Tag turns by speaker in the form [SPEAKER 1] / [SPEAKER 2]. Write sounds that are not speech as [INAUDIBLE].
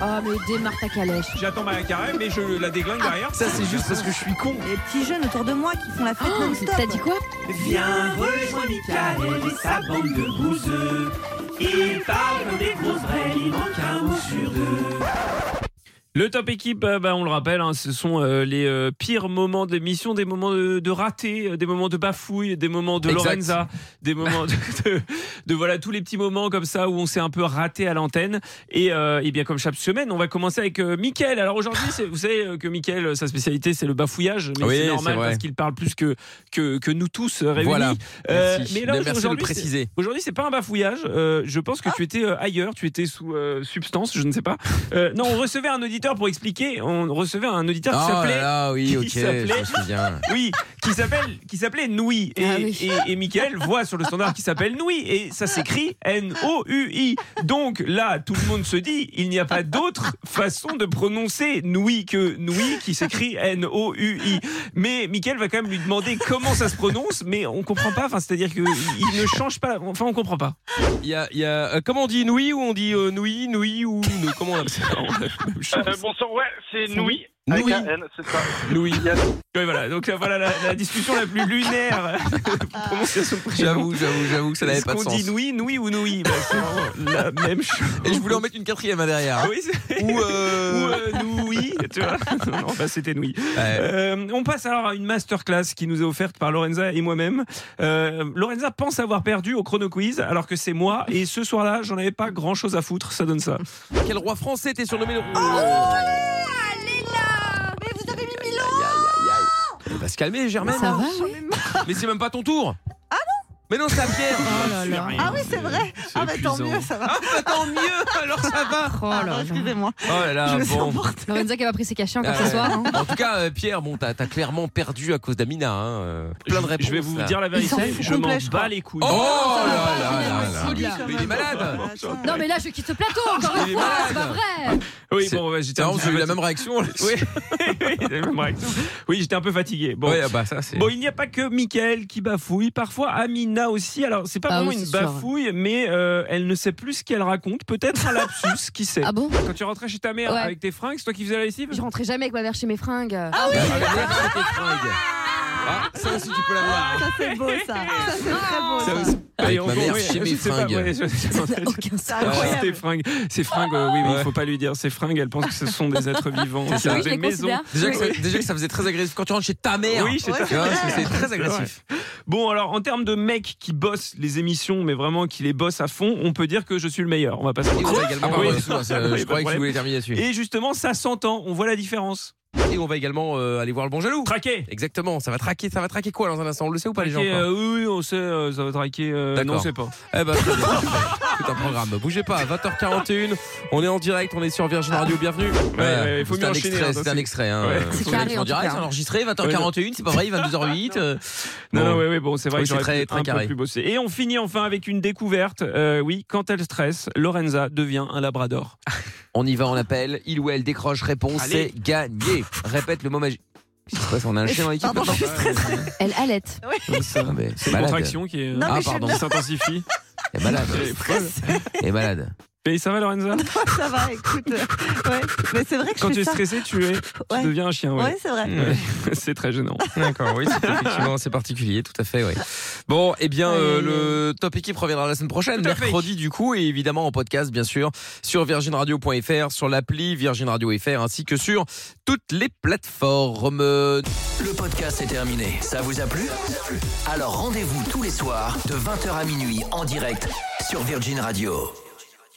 [SPEAKER 1] Oh, mais démarre ta calèche.
[SPEAKER 2] J'attends ma carême mais je la déglingue derrière.
[SPEAKER 3] Ça, c'est juste parce que je suis con.
[SPEAKER 4] Les petits jeunes autour de moi qui font la fête
[SPEAKER 1] Oh,
[SPEAKER 4] non-stop.
[SPEAKER 1] T'as dit quoi
[SPEAKER 5] Viens, rejoins Michael et sa bande de bouseux. Il parle comme des grosses vraies, il manque un mot sur deux.
[SPEAKER 2] Le top équipe, euh, bah, on le rappelle, hein, ce sont euh, les euh, pires moments d'émission, des moments de, de ratés, euh, des moments de bafouille, des moments de
[SPEAKER 3] Exact.
[SPEAKER 2] Lorenza, des moments de, de- de, voilà tous les petits moments comme ça où on s'est un peu raté à l'antenne. Et, euh, eh bien comme chaque semaine, on va commencer avec euh, Mickaël. Alors aujourd'hui, c'est- vous savez euh, que Mickaël, euh, sa spécialité, c'est le bafouillage, mais
[SPEAKER 3] Oui,
[SPEAKER 2] c'est
[SPEAKER 3] c'est
[SPEAKER 2] normal
[SPEAKER 3] vrai.
[SPEAKER 2] parce qu'il parle plus que, que, que nous tous euh, réunis.
[SPEAKER 3] Voilà.
[SPEAKER 2] Euh,
[SPEAKER 3] Merci.
[SPEAKER 2] mais là,
[SPEAKER 3] Merci de le
[SPEAKER 2] aujourd'hui, c'est-
[SPEAKER 3] [LAUGHS] préciser. Ah.
[SPEAKER 2] Aujourd'hui, c'est pas un bafouillage. Euh, je pense que tu étais euh, ailleurs, tu étais sous euh, substance, je ne sais pas. Euh, non, on recevait un auditeur pour expliquer. On recevait un auditeur qui
[SPEAKER 3] Ah
[SPEAKER 2] s'appelait.
[SPEAKER 3] là là, [LAUGHS] oui,
[SPEAKER 2] qui
[SPEAKER 3] ok, je me
[SPEAKER 2] s'appelait-
[SPEAKER 3] souviens.
[SPEAKER 2] Oui, qui s'appelle, qui s'appelait Noui. Et,
[SPEAKER 1] Ah oui.
[SPEAKER 2] et, et Michael voit sur le standard qui s'appelle Noui. Et ça s'écrit N-O-U-I. Donc là, tout le monde se dit, il n'y a pas d'autre façon de prononcer Noui que Noui qui s'écrit N-O-U-I. Mais Michael va quand même lui demander comment ça se prononce, mais on comprend pas. Enfin, c'est-à-dire qu'il ne change pas. Enfin, on comprend pas.
[SPEAKER 3] Il y a, il y a- euh, comment on dit nouille ou on dit euh, nouille, nouille ou nou- comment on appelle ça On a la même chose.
[SPEAKER 6] Euh, bonsoir, ouais, c'est Noui. Avec
[SPEAKER 3] Nouille.
[SPEAKER 6] un N, c'est ça.
[SPEAKER 3] Nouille.
[SPEAKER 6] Il y a-
[SPEAKER 2] Ouais, voilà, donc euh, voilà la, la discussion la plus lunaire. Prononciation de prénom.
[SPEAKER 3] [LAUGHS] J'avoue, j'avoue, j'avoue que ça n'avait
[SPEAKER 2] Est-ce
[SPEAKER 3] pas de
[SPEAKER 2] qu'on
[SPEAKER 3] sens.
[SPEAKER 2] dit noui, noui ou noui Bah, C'est vraiment la même chose.
[SPEAKER 3] Et je voulais en mettre une quatrième à derrière.
[SPEAKER 2] Ah Oui, c'est-
[SPEAKER 3] Ah [LAUGHS] Ou,
[SPEAKER 2] ou
[SPEAKER 3] euh,
[SPEAKER 2] euh, noui, tu
[SPEAKER 3] [LAUGHS]
[SPEAKER 2] vois. Non, bah, c'était noui.
[SPEAKER 3] ouais.
[SPEAKER 2] Euh, on passe alors à une masterclass qui nous est offerte par Lorenza et moi-même. Euh, Lorenza pense avoir perdu au chrono quiz, alors que c'est moi. Et ce soir-là, j'en avais pas grand-chose à foutre, ça donne ça.
[SPEAKER 3] Quel roi français était surnommé le roi Ah,
[SPEAKER 4] Allez là Ah, Mais vous avez mis Milo
[SPEAKER 3] Euh, Aïe, aïe, aïe, aïe. On va se calmer, Germaine.
[SPEAKER 1] Ça va oui
[SPEAKER 3] Mais c'est même pas ton tour. Ah non Mais non, c'est à Pierre.
[SPEAKER 1] Oh là
[SPEAKER 3] [LAUGHS]
[SPEAKER 1] là.
[SPEAKER 4] Ah oui, c'est vrai. Ah bah tant
[SPEAKER 2] épuisant.
[SPEAKER 4] mieux, ça va.
[SPEAKER 3] Ah, bah, tant mieux, alors ça va.
[SPEAKER 1] Oh
[SPEAKER 4] Ah,
[SPEAKER 1] là là.
[SPEAKER 4] Excusez-moi,
[SPEAKER 3] Oh là
[SPEAKER 4] je
[SPEAKER 3] là,
[SPEAKER 4] me suis
[SPEAKER 3] bon.
[SPEAKER 4] emportée.
[SPEAKER 1] Lorenza qui a pas pris ses cachets encore
[SPEAKER 3] Ah
[SPEAKER 1] ce
[SPEAKER 3] ouais.
[SPEAKER 1] soir. hein.
[SPEAKER 3] En tout cas, euh, Pierre, bon, t'as t'as clairement perdu à cause d'Amina. hein, euh, Plein de
[SPEAKER 2] Je-
[SPEAKER 3] réponses.
[SPEAKER 2] Je vais vous
[SPEAKER 3] là.
[SPEAKER 2] dire la
[SPEAKER 4] Il s'en
[SPEAKER 2] vérité,
[SPEAKER 4] fout
[SPEAKER 2] je m'en
[SPEAKER 4] complet, je
[SPEAKER 2] bats
[SPEAKER 4] crois.
[SPEAKER 2] les couilles.
[SPEAKER 3] Oh
[SPEAKER 1] ça va
[SPEAKER 3] là
[SPEAKER 1] pas,
[SPEAKER 3] là
[SPEAKER 1] on est
[SPEAKER 3] là
[SPEAKER 1] aussi,
[SPEAKER 3] là.
[SPEAKER 1] là.
[SPEAKER 3] Mais il est
[SPEAKER 4] Ah,
[SPEAKER 3] malade.
[SPEAKER 1] Non mais là je quitte ce plateau encore
[SPEAKER 3] Il
[SPEAKER 1] une
[SPEAKER 3] est
[SPEAKER 1] fois, c'est pas
[SPEAKER 3] malade.
[SPEAKER 1] vrai.
[SPEAKER 2] Oui,
[SPEAKER 3] C'est-
[SPEAKER 2] bon, ouais, j'étais
[SPEAKER 3] T'as
[SPEAKER 2] un
[SPEAKER 3] vraiment
[SPEAKER 2] petit
[SPEAKER 3] eu
[SPEAKER 2] peu
[SPEAKER 3] la même réaction. là.
[SPEAKER 2] Oui, oui, la même réaction. Oui, [LAUGHS] j'étais un peu fatigué. Bon.
[SPEAKER 3] Ouais, ah bah ça c'est.
[SPEAKER 2] Bon, il n'y a pas que Michael qui bafouille, parfois Amina aussi. Alors, c'est pas
[SPEAKER 1] Ah
[SPEAKER 2] vraiment
[SPEAKER 1] oui,
[SPEAKER 2] une
[SPEAKER 1] c'est sûr.
[SPEAKER 2] bafouille, mais euh, elle ne sait plus ce qu'elle raconte. Peut-être
[SPEAKER 1] [LAUGHS]
[SPEAKER 2] un lapsus, qui sait.
[SPEAKER 1] Ah bon
[SPEAKER 2] Quand tu rentrais chez ta mère
[SPEAKER 1] Ouais.
[SPEAKER 2] avec tes fringues, c'est toi qui faisais la lessive
[SPEAKER 1] Je rentrais jamais avec ma mère chez mes fringues.
[SPEAKER 3] [LAUGHS] Ah, bah, merde, c'était fringue. Ah, ça aussi tu peux l'avoir.
[SPEAKER 4] Ah, Ça c'est beau
[SPEAKER 1] Ah,
[SPEAKER 4] ça. Ça c'est très beau
[SPEAKER 2] Ça
[SPEAKER 4] ça.
[SPEAKER 2] aussi.
[SPEAKER 3] Avec
[SPEAKER 2] Et
[SPEAKER 3] ma
[SPEAKER 2] en
[SPEAKER 3] mère
[SPEAKER 2] gros,
[SPEAKER 3] chez
[SPEAKER 2] je
[SPEAKER 3] mes
[SPEAKER 2] sais pas,
[SPEAKER 3] fringues.
[SPEAKER 2] ouais, je-
[SPEAKER 1] [LAUGHS] Ça n'a aucun sens.
[SPEAKER 4] Ah ouais.
[SPEAKER 2] Ouais, Ces fringues, ces fringues, euh, oui, mais il faut pas lui dire. Ces fringues, elle pense que ce sont des êtres vivants.
[SPEAKER 3] C'est ça.
[SPEAKER 1] Oui, je les
[SPEAKER 2] Des maisons.
[SPEAKER 1] considère.
[SPEAKER 3] Déjà que, ça, déjà que ça faisait très agressif quand tu rentres chez ta mère.
[SPEAKER 2] Oui, c'est
[SPEAKER 4] Ouais,
[SPEAKER 2] ça.
[SPEAKER 3] Tu vois, c'est c'est très Ah, agressif.
[SPEAKER 2] Bon, alors en termes de mecs qui bossent les émissions, mais vraiment qui les bossent à fond, on peut dire que je suis le meilleur. On va pas se
[SPEAKER 3] Et on
[SPEAKER 2] mentir.
[SPEAKER 3] va également.
[SPEAKER 2] Ah [LAUGHS] oui.
[SPEAKER 3] euh, excuse-moi, ça,
[SPEAKER 2] Oui, pas
[SPEAKER 3] je
[SPEAKER 2] de
[SPEAKER 3] croyais que tu
[SPEAKER 2] problème.
[SPEAKER 3] voulais terminer dessus.
[SPEAKER 2] Et justement, ça s'entend. On voit la différence.
[SPEAKER 3] Et on va également euh, aller voir le bon jaloux.
[SPEAKER 2] Traqué.
[SPEAKER 3] Exactement. Ça va traquer. Ça va traquer quoi dans un instant On le sait ou pas les gens
[SPEAKER 2] Traqué,
[SPEAKER 3] encore
[SPEAKER 2] euh, oui, oui, on sait, euh, ça va traquer. euh,
[SPEAKER 3] D'accord.
[SPEAKER 2] non, on sait pas.
[SPEAKER 3] Eh ben, très bien. tout un programme. Bougez pas, 20h41, on est en direct, on est sur Virgin Radio, bienvenue. Voilà.
[SPEAKER 2] ouais, il faut
[SPEAKER 3] C'est
[SPEAKER 2] mieux
[SPEAKER 3] un
[SPEAKER 2] enchaîner,
[SPEAKER 3] extrait,
[SPEAKER 2] hein,
[SPEAKER 3] c'est
[SPEAKER 2] ça,
[SPEAKER 3] un
[SPEAKER 2] c'est-
[SPEAKER 3] extrait. hein.
[SPEAKER 2] Ouais.
[SPEAKER 1] C'est
[SPEAKER 3] On est
[SPEAKER 1] carré,
[SPEAKER 3] en
[SPEAKER 1] en
[SPEAKER 3] direct,
[SPEAKER 1] tout cas.
[SPEAKER 3] c'est enregistré, 20h41, c'est pas vrai, 22h08. euh,
[SPEAKER 2] Non,
[SPEAKER 3] bon.
[SPEAKER 2] non, oui, oui, bon, c'est vrai
[SPEAKER 3] Oui,
[SPEAKER 2] que
[SPEAKER 3] c'est
[SPEAKER 2] j'aurais
[SPEAKER 3] très,
[SPEAKER 2] pu
[SPEAKER 3] très
[SPEAKER 2] un
[SPEAKER 3] carré.
[SPEAKER 2] peu plus bosser. Et on finit enfin avec une découverte. Euh, oui, quand elle stresse, Lorenza devient un
[SPEAKER 3] [LAUGHS]
[SPEAKER 2] labrador.
[SPEAKER 3] On y va, on appelle, il ou elle décroche, réponse,
[SPEAKER 2] Allez.
[SPEAKER 3] c'est gagné. Répète le mot magique. Je sais pas si on a un chien dans l'équipe.
[SPEAKER 4] Pardon, je suis stressée.
[SPEAKER 1] Elle halète.
[SPEAKER 3] maintenant. Ah, mais C'est
[SPEAKER 2] Une
[SPEAKER 3] malade.
[SPEAKER 2] contraction qui est-
[SPEAKER 4] Non,
[SPEAKER 3] Ah,
[SPEAKER 4] mais je
[SPEAKER 3] pardon.
[SPEAKER 2] qui [LAUGHS] s'intensifie.
[SPEAKER 3] Elle est malade.
[SPEAKER 2] Elle est folle.
[SPEAKER 3] Elle est malade.
[SPEAKER 2] Et ça va, Lorenza
[SPEAKER 4] Ça va, écoute. euh, Ouais. Mais c'est vrai que
[SPEAKER 2] Quand
[SPEAKER 4] je
[SPEAKER 2] tu es
[SPEAKER 4] fais ça.
[SPEAKER 2] stressé, tu, es, tu
[SPEAKER 4] Ouais.
[SPEAKER 2] deviens un chien. ouais.
[SPEAKER 4] Ouais, c'est vrai.
[SPEAKER 2] Ouais. [LAUGHS] c'est très gênant.
[SPEAKER 3] D'accord, Ah oui, c'est effectivement c'est particulier, tout à fait, oui. Bon, eh bien, euh, le top équipe reviendra la semaine prochaine,
[SPEAKER 2] Tout à fait.
[SPEAKER 3] mercredi du coup, et évidemment en podcast, bien sûr, sur virginradio.fr, sur l'appli Virgin Radio FR, ainsi que sur toutes les plateformes.
[SPEAKER 7] Le podcast est terminé. Ça vous a plu Alors rendez-vous tous les soirs de 20h à minuit en direct sur Virgin Radio.